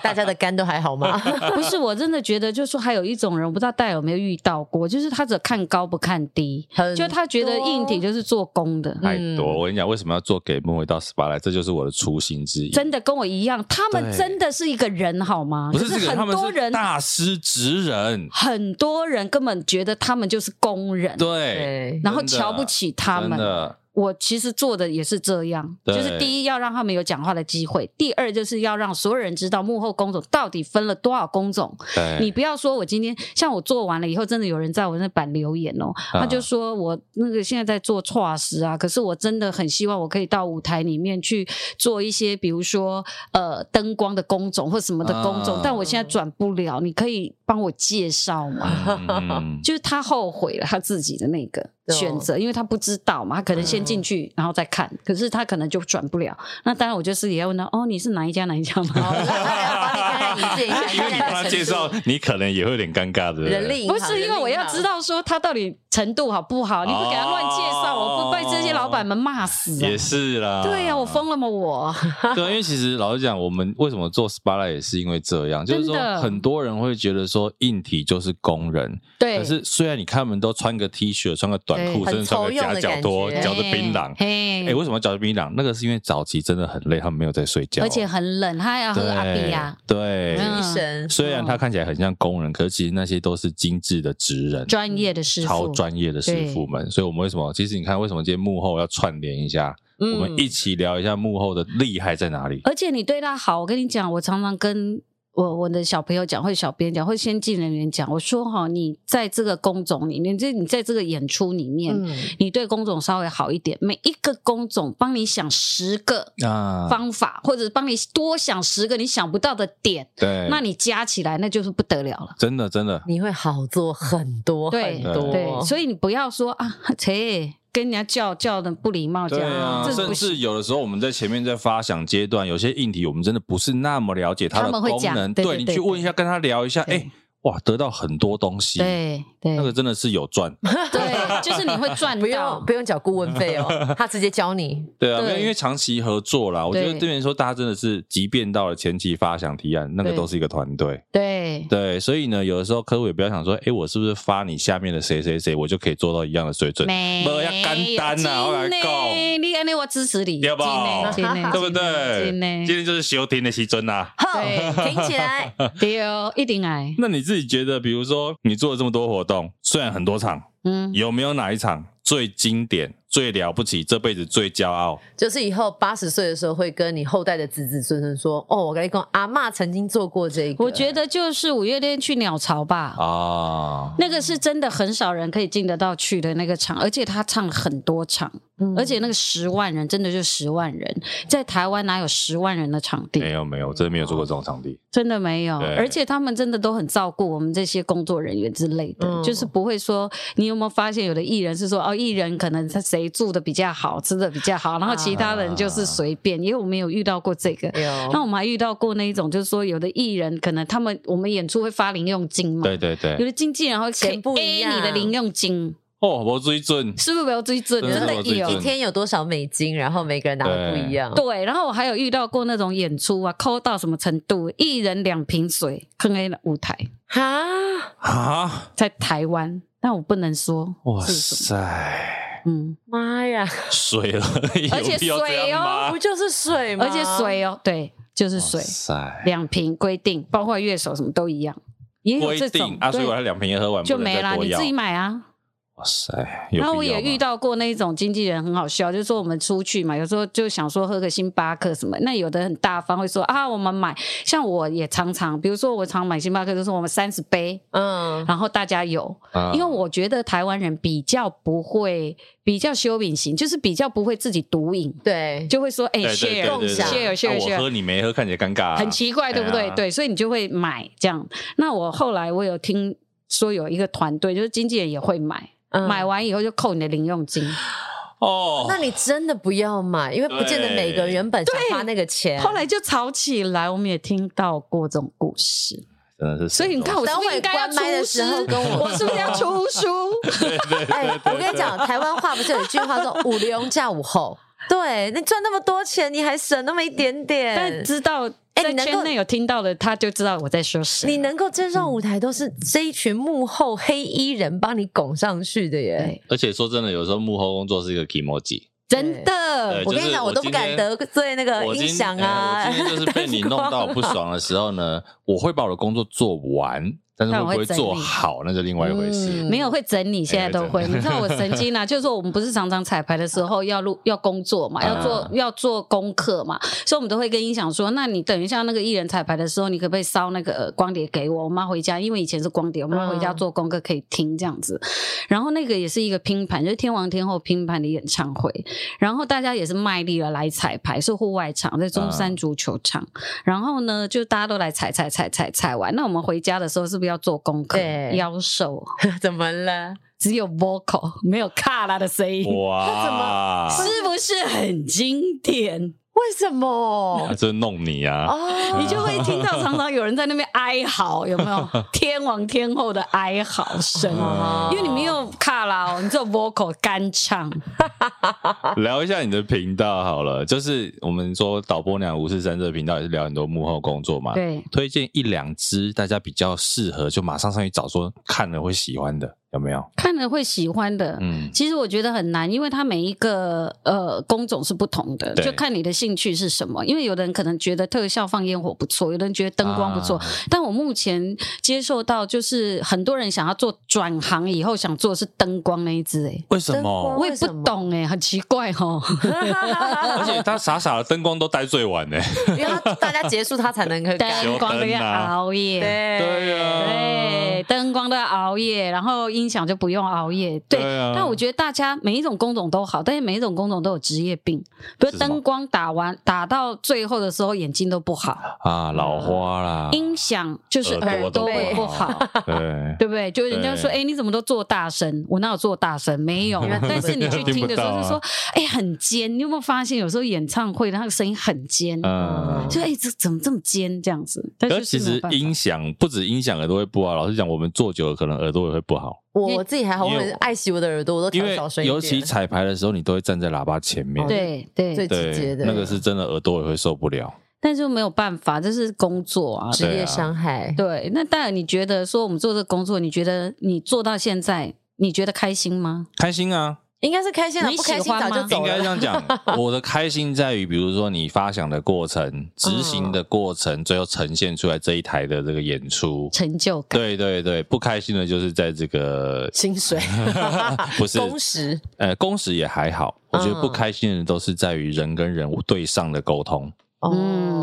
大家的肝都还好 吗？不是，我真的觉得，就是说还有一种人，我不知道戴有没有遇到过，就是他只看高不看低，嗯很就他觉得硬体就是做工的。太多，我跟你讲，为什么要做给梦回到 SPA 来？这就是我的初心之一。真的跟我一样，他们对真的是一个人好吗？不可是这个，很他们多是人，大师职 人，很多人根本觉得他们就是工人，对，对，然后真的瞧不起他真们。的。我其实做的也是这样，对就是第一要让他们有讲话的机会，第二就是要让所有人知道幕后工种到底分了多少工种。对，你不要说我今天像我做完了以后，真的有人在我那板留言哦，啊他就说我那个现在在做创始啊，可是我真的很希望我可以到舞台里面去做一些，比如说呃灯光的工种或什么的工种，啊但我现在转不了，你可以帮我介绍吗？嗯嗯嗯就是他后悔了他自己的那个对哦嗯选择，因为他不知道嘛，他可能先进去然后再看，可是他可能就转不了。那当然，我就是也要问他，哦，你是哪一家哪一家好，吗？来来来帮你看看你自 己因为你帮他介绍，你可能也会有点尴尬的。人力银 不行是因为我要知，道说他到底程度好不好，你不给他乱介哦绍，我不被这些老板们骂死、啊。也是啦，对呀、我疯了吗？我对，因为其实老实讲，我们为什么做 SPA 也是因为这样，就是真说的很多人会觉得说硬体就是工人，对，可是虽然你看他们都穿个 T 恤、穿个短裤，对甚至穿个夹脚拖、很丑用的感觉嚼着槟榔。嘿哎、为什么嚼着槟榔？那个是因为早期真的很累，他们没有在睡觉，而且很冷，他还要喝对阿比呀、对，嗯医生虽然他看起来很像工人，可是其实那些都是精致的职人，专业的师傅，超专业的师傅们。所以我们为什么？其实你看，为什么今天幕后要串联一下？我嗯们一起聊一下幕后的厉害在哪里。而且你对他好，我跟你讲，我常常跟我我的小朋友讲，或者小编讲，或者先进人员讲，我说哈，你在这个工种里面，就是你在这个演出里面，嗯，你对工种稍微好一点，每一个工种帮你想十个啊，方法，或者帮你多想十个你想不到的点，对，那你加起来那就是不得了了。真的真的，你会好做很多对很哦多，对，所以你不要说啊，切，跟人家叫叫的不礼貌，这对样、啊，这是甚不至行。有的时候我们在前面在发想阶段，有些硬体我们真的不是那么了解它的他们会功讲能，对对你对去问一下，跟他聊一下，对哎，哇，得到很多东西，对对那个真的是有 赚，对，就是你会 赚不到用。不用缴顾问费 哦，他直接教你。对啊，对没有因为长期合作啦，我觉对得这边说大家真的是，即便到了前期发想提案，那个对都是一个团队，对对，所以呢，有的时候客户也不要想说，哎，我是不是发你下面的谁谁谁，我就可以做到一样的水准，没没要简单呐我来讲你安尼我支持你，对吧真的真的 对不对？真的今天就是休庭的时尊啊呐。哼对挺起来，对哦，一定爱，那你自己觉得，比如说你做了这么多活动，虽然很多场，嗯，有没有哪一场最经典、最了不起、这辈子最骄傲？ 就是以后八十岁的时候会跟你后代的子子孙孙说：“哦，我跟你讲，阿嬷曾经做过这个。”我觉得就是五月天去鸟巢吧。啊，那个是真的很少人可以进得到去的那个场，而且他唱了很多场，嗯，而且那个十万人真的就十万人，在台湾哪有十万人的场地？没有没有，真的没有做过这种场地。真的没有，对而且他们真的都很照顾我们这些工作人员之类的，嗯就是不会说你有没有发现有的艺人是说哦，艺人可能他谁住的比较好，吃的比较好，然后其他人就是随便，因为我们有遇到过这个。那有我们还遇到过那一种，就是说有的艺人可能他们我们演出会发零用金嘛，对对有对，的经纪人会钱不 A 一样你的零用金，哦，我最准，是不是没有追准？真的真的没有追有准一天有多少美金，然后每个人拿的不一样。对，然后我还有遇到过那种演出啊，抠到什么程度，一人两瓶水，坑 A 的舞台。哈，啊！在台湾，但我不能说哇是什么。塞，嗯，妈呀，水了，而且有必要这样吗 不就是水吗？而且水哦，对，就是水哇，塞，两瓶规定，包括乐手什么都一样，也有这规定种啊，所以我对，还两瓶也喝完，就不能没再啦，多你要自己买啊。哇塞，有然后必我要也吗遇到过那一种经纪人很好笑，就是说我们出去嘛，有时候就想说喝个星巴克什么，那有的很大方会说啊，我们买，像我也常常，比如说我常买星巴克，就是我们三十杯，嗯，然后大家有，啊因为我觉得台湾人比较不会，比较修秉型，就是比较不会自己独饮。对，就会说哎、对对 share 对对对 share 啊 share 我喝 share，你没喝，看起来尴尬啊，很奇怪，对不哎对？呀对，所以你就会买这样。那我后来我有听说有一个团队，就是经纪人也会买，嗯买。完以后就扣你的零用金。哦。那你真的不要买，因为不见得每个人原本想花那个钱。后来就吵起来，我们也听到过这种故事。真的是，所以 你看，我是等不是会应该要关麦的出时师候？跟我我是不是要 出书？哎，我跟你讲，台湾话不是有一句话说“五龙嫁五后”？对，你赚那么多钱，你还省那么一点点，但知道嗯哎在你能够圈内有听到的，他就知道我在说谁。你能够站上舞台，都是这一群幕后黑衣人帮你拱上去的耶。对，而且说真的，有时候幕后工作是一个 emoji。真的对，呃就我跟是你讲，我我都不今敢天得罪那个我今音响哎啊。我今天就是被你弄到我不爽的时候呢，我会把我的工作做完，但是会但不我会会整做理好那就另外一回事。嗯没有会整理，现在都会。哎你对看我神经啊，就是说我们不是常常彩排的时候要录要工作嘛，要做啊要做功课嘛，所以我们都会跟音响说，那你等一下那个艺人彩排的时候，你可不可以烧那个呃光碟给我？我妈回家，因为以前是光碟，我妈回家嗯做功课可以听这样子。然后那个也是一个拼盘，就是天王天后拼盘的演唱会，然后大家也是卖力了来彩排，是户外场，在中山足球场。然后呢，就大家都来踩踩踩踩踩完，那我们回家的时候是不是要做功课对？腰瘦。 怎么了？只有 vocal 没有卡拉的声音，嗯哇，是不是很经典？为什么啊？这弄你啊！哦，你就会听到常常有人在那边哀嚎，有没有？天王天后的哀嚎声，嗯哦因为你没有卡拉哦，你只有 vocal 干唱。聊一下你的频道好了，就是我们说导播娘吴世生这个频道也是聊很多幕后工作嘛。对，推荐一两支大家比较适合，就马上上去找说看了会喜欢的，有没有？看了会喜欢的。嗯，其实我觉得很难，因为它每一个呃工种是不同的，对就看你的兴趣是什么。因为有的人可能觉得特效放烟火不错，有的人觉得灯光不错，啊但我目前接受到，就是很多人想要做转行以后想做的是灯光那一支、欸，为什么？我也不懂哎、很奇怪哦。而且他傻傻的灯光都待最晚呢、 因为他大家结束他才能可以啊改。灯光都要熬夜，对对啊对，灯光都要熬夜，然后音响就不用熬夜，对。对啊但我觉得大家每一种工种都好，但是每一种工种都有职业病，比是什么如灯光打完打到最后的时候眼睛都不好，啊，老花啦，音响就是耳耳朵朵都也不不好。对，对不对？就人家说，对哎、你怎么都做大声？我哪有做大声？没有啊 因为。但是你去听的时候，就听不到啊说，哎、很尖。你有没有发现，有时候演唱会的那个声音很尖，嗯。就哎、这怎么这么尖这样子？但可是是其是没有实办法音响不止音响耳朵会不好，老实讲，我们坐久了可能耳朵也会不好，我我自己还好，我因为很爱惜我的耳朵，我都因调为小声一点。尤其彩排的时候，你都会站在喇叭前面，哦对对最，直接对，的那个是真的耳朵也会受不了。但是没有办法，这是工作啊。职业伤害。对，那戴尔，你觉得说我们做这个工作，你觉得你做到现在，你觉得开心吗？开心啊，应该是开心了，你不开喜心欢早就吗应走该这了。样讲。 我的开心在于，比如说你发想的过程、执嗯行的过程，最后呈现出来这一台的这个演出。成就感。对对对，不开心的就是在这个 薪水 不是工时，呃工时也还好，我觉得嗯不开心的都是在于人跟人对上的沟通，哦，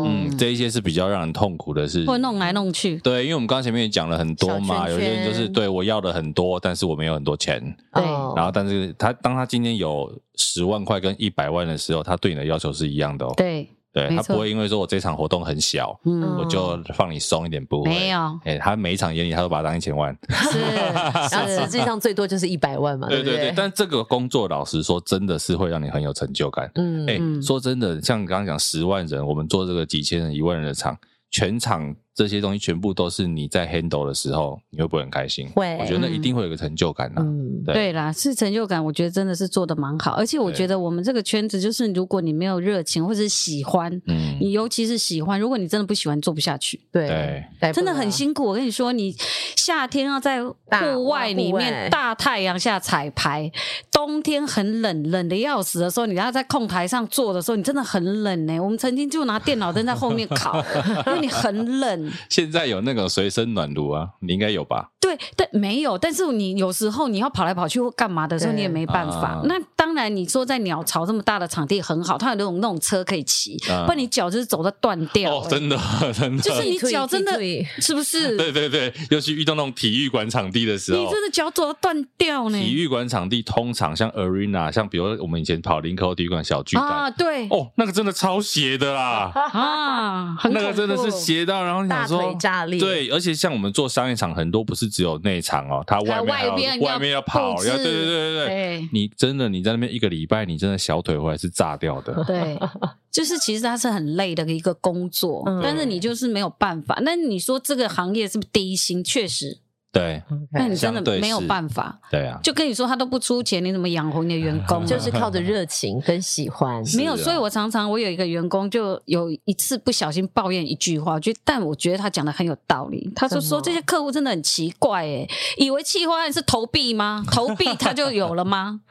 嗯，这一些是比较让人痛苦的是。或弄来弄去，对，因为我们刚前面也讲了很多嘛，小圈圈有些人就是对我要的很多，但是我没有很多钱，对哦 然后但是他当他今天有十万块跟一百万的时候，他对你的要求是一样的哦。对，对没他错不会因为说我这场活动很小，嗯，我就放你松一点，不会。没有哎、他每一场演你，他都把它当一千万。是， 然后实是际上最多就是一百万嘛，对不对对，但这个工作老实说，真的是会让你很有成就感。嗯哎、嗯说真的，像你刚刚讲十万人，我们做这个几千人、一万人的场，全场这些东西全部都是你在 handle 的时候，你会不会很开心？会我觉得那一定会有个成就感呐、啊嗯，对对啦，是成就感，我觉得真的是做的蛮好。而且我对觉得我们这个圈子，就是如果你没有热情或者是喜欢，嗯，你尤其是喜欢，如果你真的不喜欢，做不下去，对对，来不真的了很辛苦。我跟你说，你夏天要在大户外里户外面大太阳下彩排，冬天很冷，冷的要死的时候，你要在控台上坐的时候，你真的很冷呢、我们曾经就拿电脑灯在后 面烤，因为你很冷。现在有那种随身暖炉啊，你应该有吧？对，但没有，但是你有时候你要跑来跑去或干嘛的时候，对你也没办法。啊那当然，你说在鸟巢这么大的场地很好，它有那种那种车可以骑，啊不然你脚就是走到断掉、哦，欸真的 真的，就是你脚真的踢腿踢腿是不是？对对对，尤其遇到那种体育馆场地的时你候。真的脚走到断掉呢、体育馆场地通常像 arena，像比如我们以前跑林口体育馆小巨蛋，啊，对哦，那个真的超斜的啦，啊， 很那个真的是恐怖斜到，然后你大想腿说。炸裂，对，而且像我们做商业场，很多不是只有内场哦，它外面还还有呃外边有外面要跑，布置要对对对对对，对你真的你在那边一个礼拜，你真的小腿回来是炸掉 的。 对， 就是其实它是很累的一个工作，嗯但是你就是没有办法。那你说这个行业是不是低薪？确实，对 OK，那哎你真相对的没有是办法。对啊，就跟你说他都不出钱，你怎么养活你的员嗯 工？啊就是靠着热情跟喜欢，没有，是啊所以我常常我有一个员工，就有一次不小心抱怨一句话，我觉得但我觉得他讲的很有道理。他就什么说这些客户真的很奇怪、欸，以为企划案是投币吗？投币他就有了吗？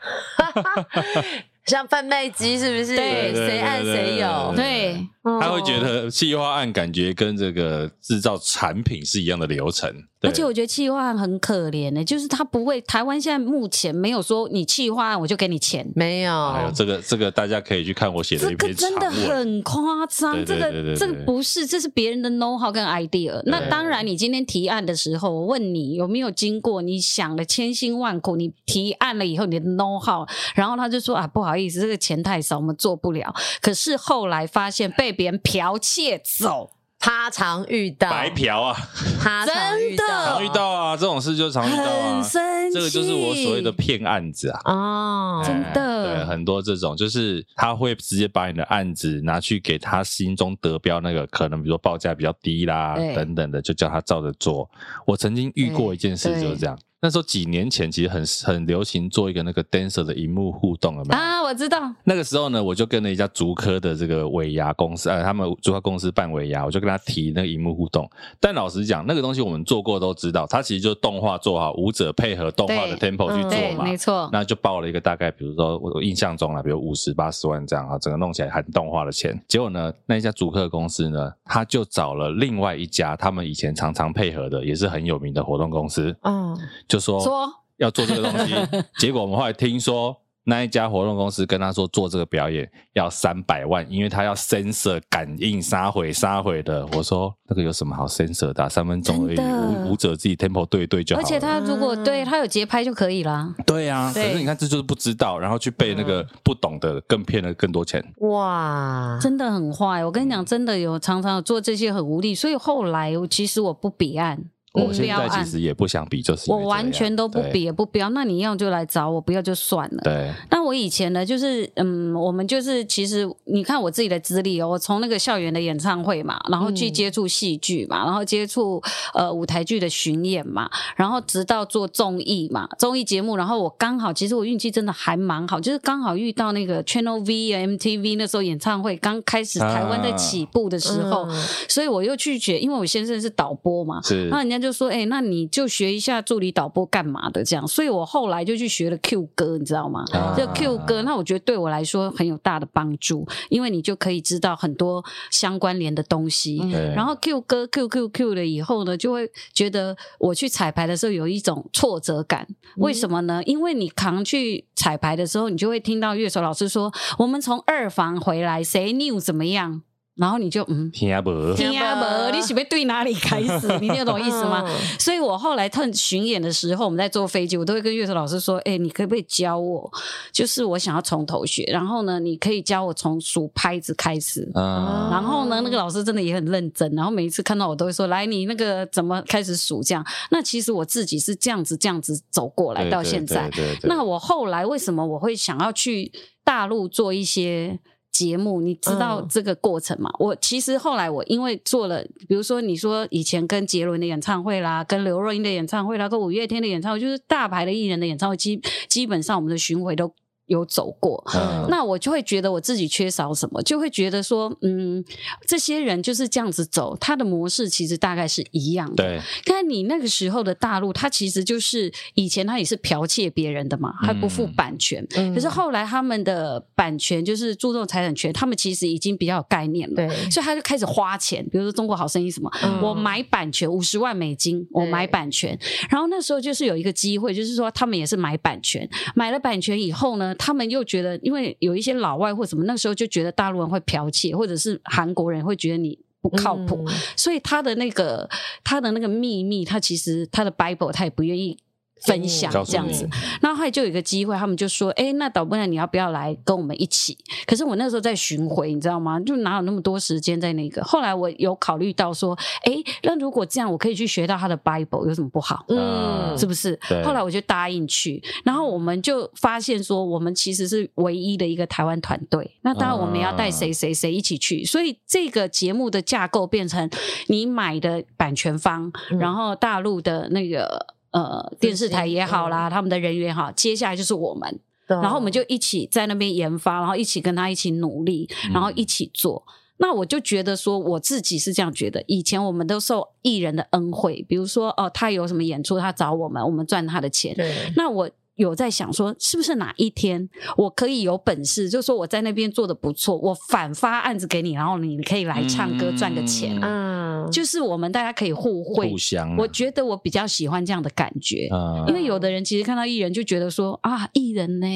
像贩卖机是不是？对对谁按对对谁对 有，哦对对，他会觉得企划案感觉跟这个制造产品是一样的流程，对而且我觉得企划案很可怜呢、就是他不会，台湾现在目前没有说你企划案我就给你钱，没还有有，哎这个这个大家可以去看我写的哦这一个篇长真文，的很夸张，对这对对个对这个对不是，这是别人的 know how 跟 idea。那当然，你今天提案的时候，我问你有没有经过你想了千辛万苦，你提案了以后你的 know how，然后他就说啊不好意思，这个钱太少，我们做不了。可是后来发现被别人剽窃走，他常遇到，白嫖啊，他常遇真到的常遇到啊，这种事就常遇到哦很啊，生气。这个就是我所谓的骗案子啊。哦，真哎的对，很多这种就是他会直接把你的案子拿去给他心中得标那个，可能比如说报价比较低啦对等等的，就叫他照着做。我曾经遇过一件事对就是这样，那时候几年前其实很很流行做一个那个 dancer 的荧幕互动了嘛。啊，我知道，那个时候呢，我就跟了一家竹科的这个尾牙公司，呃，他们竹科公司办尾牙，我就跟他提那个荧幕互动。但老实讲，那个东西我们做过都知道，它其实就是动画做好，舞者配合动画的对 tempo 去嗯做对，嘛。没错，那就报了一个大概，比如说我我印象中啦，比如五十八十万这样啊，整个弄起来含动画的钱。结果呢，那一家主客公司呢，他就找了另外一家他们以前常常配合的，也是很有名的活动公司，哦嗯，就说说要做这个东 西。结果我们后来听说。那一家活动公司跟他说做这个表演要三百万，因为他要 sensor 感应杀回杀回的。我说那个有什么好 sensor 的啊、三分钟而已，真的舞舞者自己 tempo 对一对就好而了。且他如果嗯对他有节拍就可以啦。对啊，可对嗯是你看，这就是不知道，然后去被那个不懂的更骗了更多钱。哇，真的很坏，我跟你讲，真的有常常有做这些很无力，所以后来我其实我不比案，我嗯现在不要其按实也不想比，就是因我为这样完全都不比，。也不标。那你要就来找我，不要就算了。对对那我以前呢，就是嗯，我们就是其实你看我自己的资历哦，我从那个校园的演唱会嘛，然后去嗯接触戏剧嘛，然后接触呃舞台剧的巡演嘛，然后直到做综艺嘛，综艺节目，然后我刚好其实我运气真的还蛮好，就是刚好遇到那个 Channel V 啊 MTV 那时候演唱会刚开始台湾在起步的时候，嗯所以我又去学，因为我先生是导播嘛，是 那人家就说：“哎、那你就学一下助理导播干嘛的这样。”所以我后来就去学了 Q 歌，你知道吗？啊这 Q 歌，那我觉得对我来说很有大的帮助，因为你就可以知道很多相关联的东西。嗯对然后 Q 歌 Q Q Q 了以后呢，就会觉得我去彩排的时候有一种挫折感。为嗯什么呢？因为你扛去彩排的时候，你就会听到乐手老师说：“我们从二房回来，谁 new 怎么样？”然后你就嗯。听不懂听啊，无你是要对哪里开始？你听得懂意思吗？嗯所以我后来趁巡演的时候，我们在坐飞机，我都会跟乐手老师说：“哎、你可不可以教我？就是我想要从头学，然后呢，你可以教我从数拍子开始。啊，然后呢，那个老师真的也很认真，然后每一次看到我都会说：“来，你那个怎么开始数？”这样，那其实我自己是这样子这样子走过来对到现在。，对对对对那我后来为什么我会想要去大陆做一些节目？你知道嗯这个过程吗？我其实后来我因为做了，比如说你说以前跟杰伦的演唱会啦，跟刘若英的演唱会啦，跟五月天的演唱会，就是大牌的艺人的演唱会，基基本上我们的巡回都有走过。嗯那我就会觉得我自己缺少什么，就会觉得说，嗯，这些人就是这样子走，他的模式其实大概是一样的。对但你那个时候的大陆，它其实就是以前它也是剽窃别人的嘛，还不付版权。嗯可是后来他们的版权就是注重财产权，他们其实已经比较有概念了。对，所以他就开始花钱，比如说《中国好声音》什么，嗯我买版权五十万美金，我买版权。然后那时候就是有一个机会，就是说他们也是买版权，买了版权以后呢，他们又觉得，因为有一些老外或什么，那时候就觉得大陆人会剽窃，或者是韩国人会觉得你不靠谱，嗯所以他的那个他的那个秘密，他其实他的 Bible 他也不愿意分享告诉这样你子。那后来就有一个机会，他们就说：“哎、那导播娘你要不要来跟我们一起？”可是我那时候在巡回，你知道吗？就哪有那么多时间在那个？后来我有考虑到说：“哎、那如果这样，我可以去学到他的 Bible，有什么不好？”啊嗯，是不是对？后来我就答应去，然后我们就发现说，我们其实是唯一的一个台湾团队。那当然，我们要带谁谁谁一起去，所以这个节目的架构变成你买的版权方，嗯然后大陆的那个。呃，电视台也好啦，他们的人员也好，接下来就是我们，嗯然后我们就一起在那边研发，然后一起跟他一起努力，嗯然后一起做。那我就觉得说，我自己是这样觉得。以前我们都受艺人的恩惠，比如说哦，他有什么演出，他找我们，我们赚他的钱。对，那我。有在想说，是不是哪一天我可以有本事，就说我在那边做的不错，我反发案子给你，然后你可以来唱歌嗯赚个钱，嗯嗯，就是我们大家可以互惠互。相啊。我觉得我比较喜欢这样的感觉。啊因为有的人其实看到艺人就觉得说啊，艺人呢、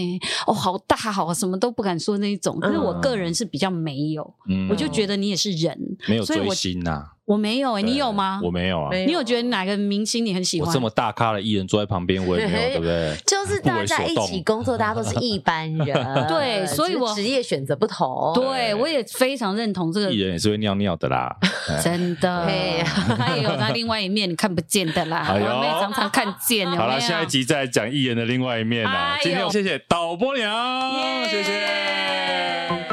哦，好大好，什么都不敢说那一种。可是我个人是比较没有，嗯我就觉得你也是人，没有所以追我星呐，我没有哎、对你有吗？我没有啊，没有你有觉得哪个明星你很喜我欢？这么大咖的艺人坐在旁边，我也没有，对不 对？就是大家一起工作，大家都是一般人， 对只是所以我职业选择不同。对，我也非常认同这个艺，人也是会尿尿的啦。真的嘿，他也有他另外一面你看不见的啦，哎呦我们也常常看见。有没有好了，下一集再来讲艺人的另外一面啦。哎呦今天我们谢谢导播娘，耶谢谢。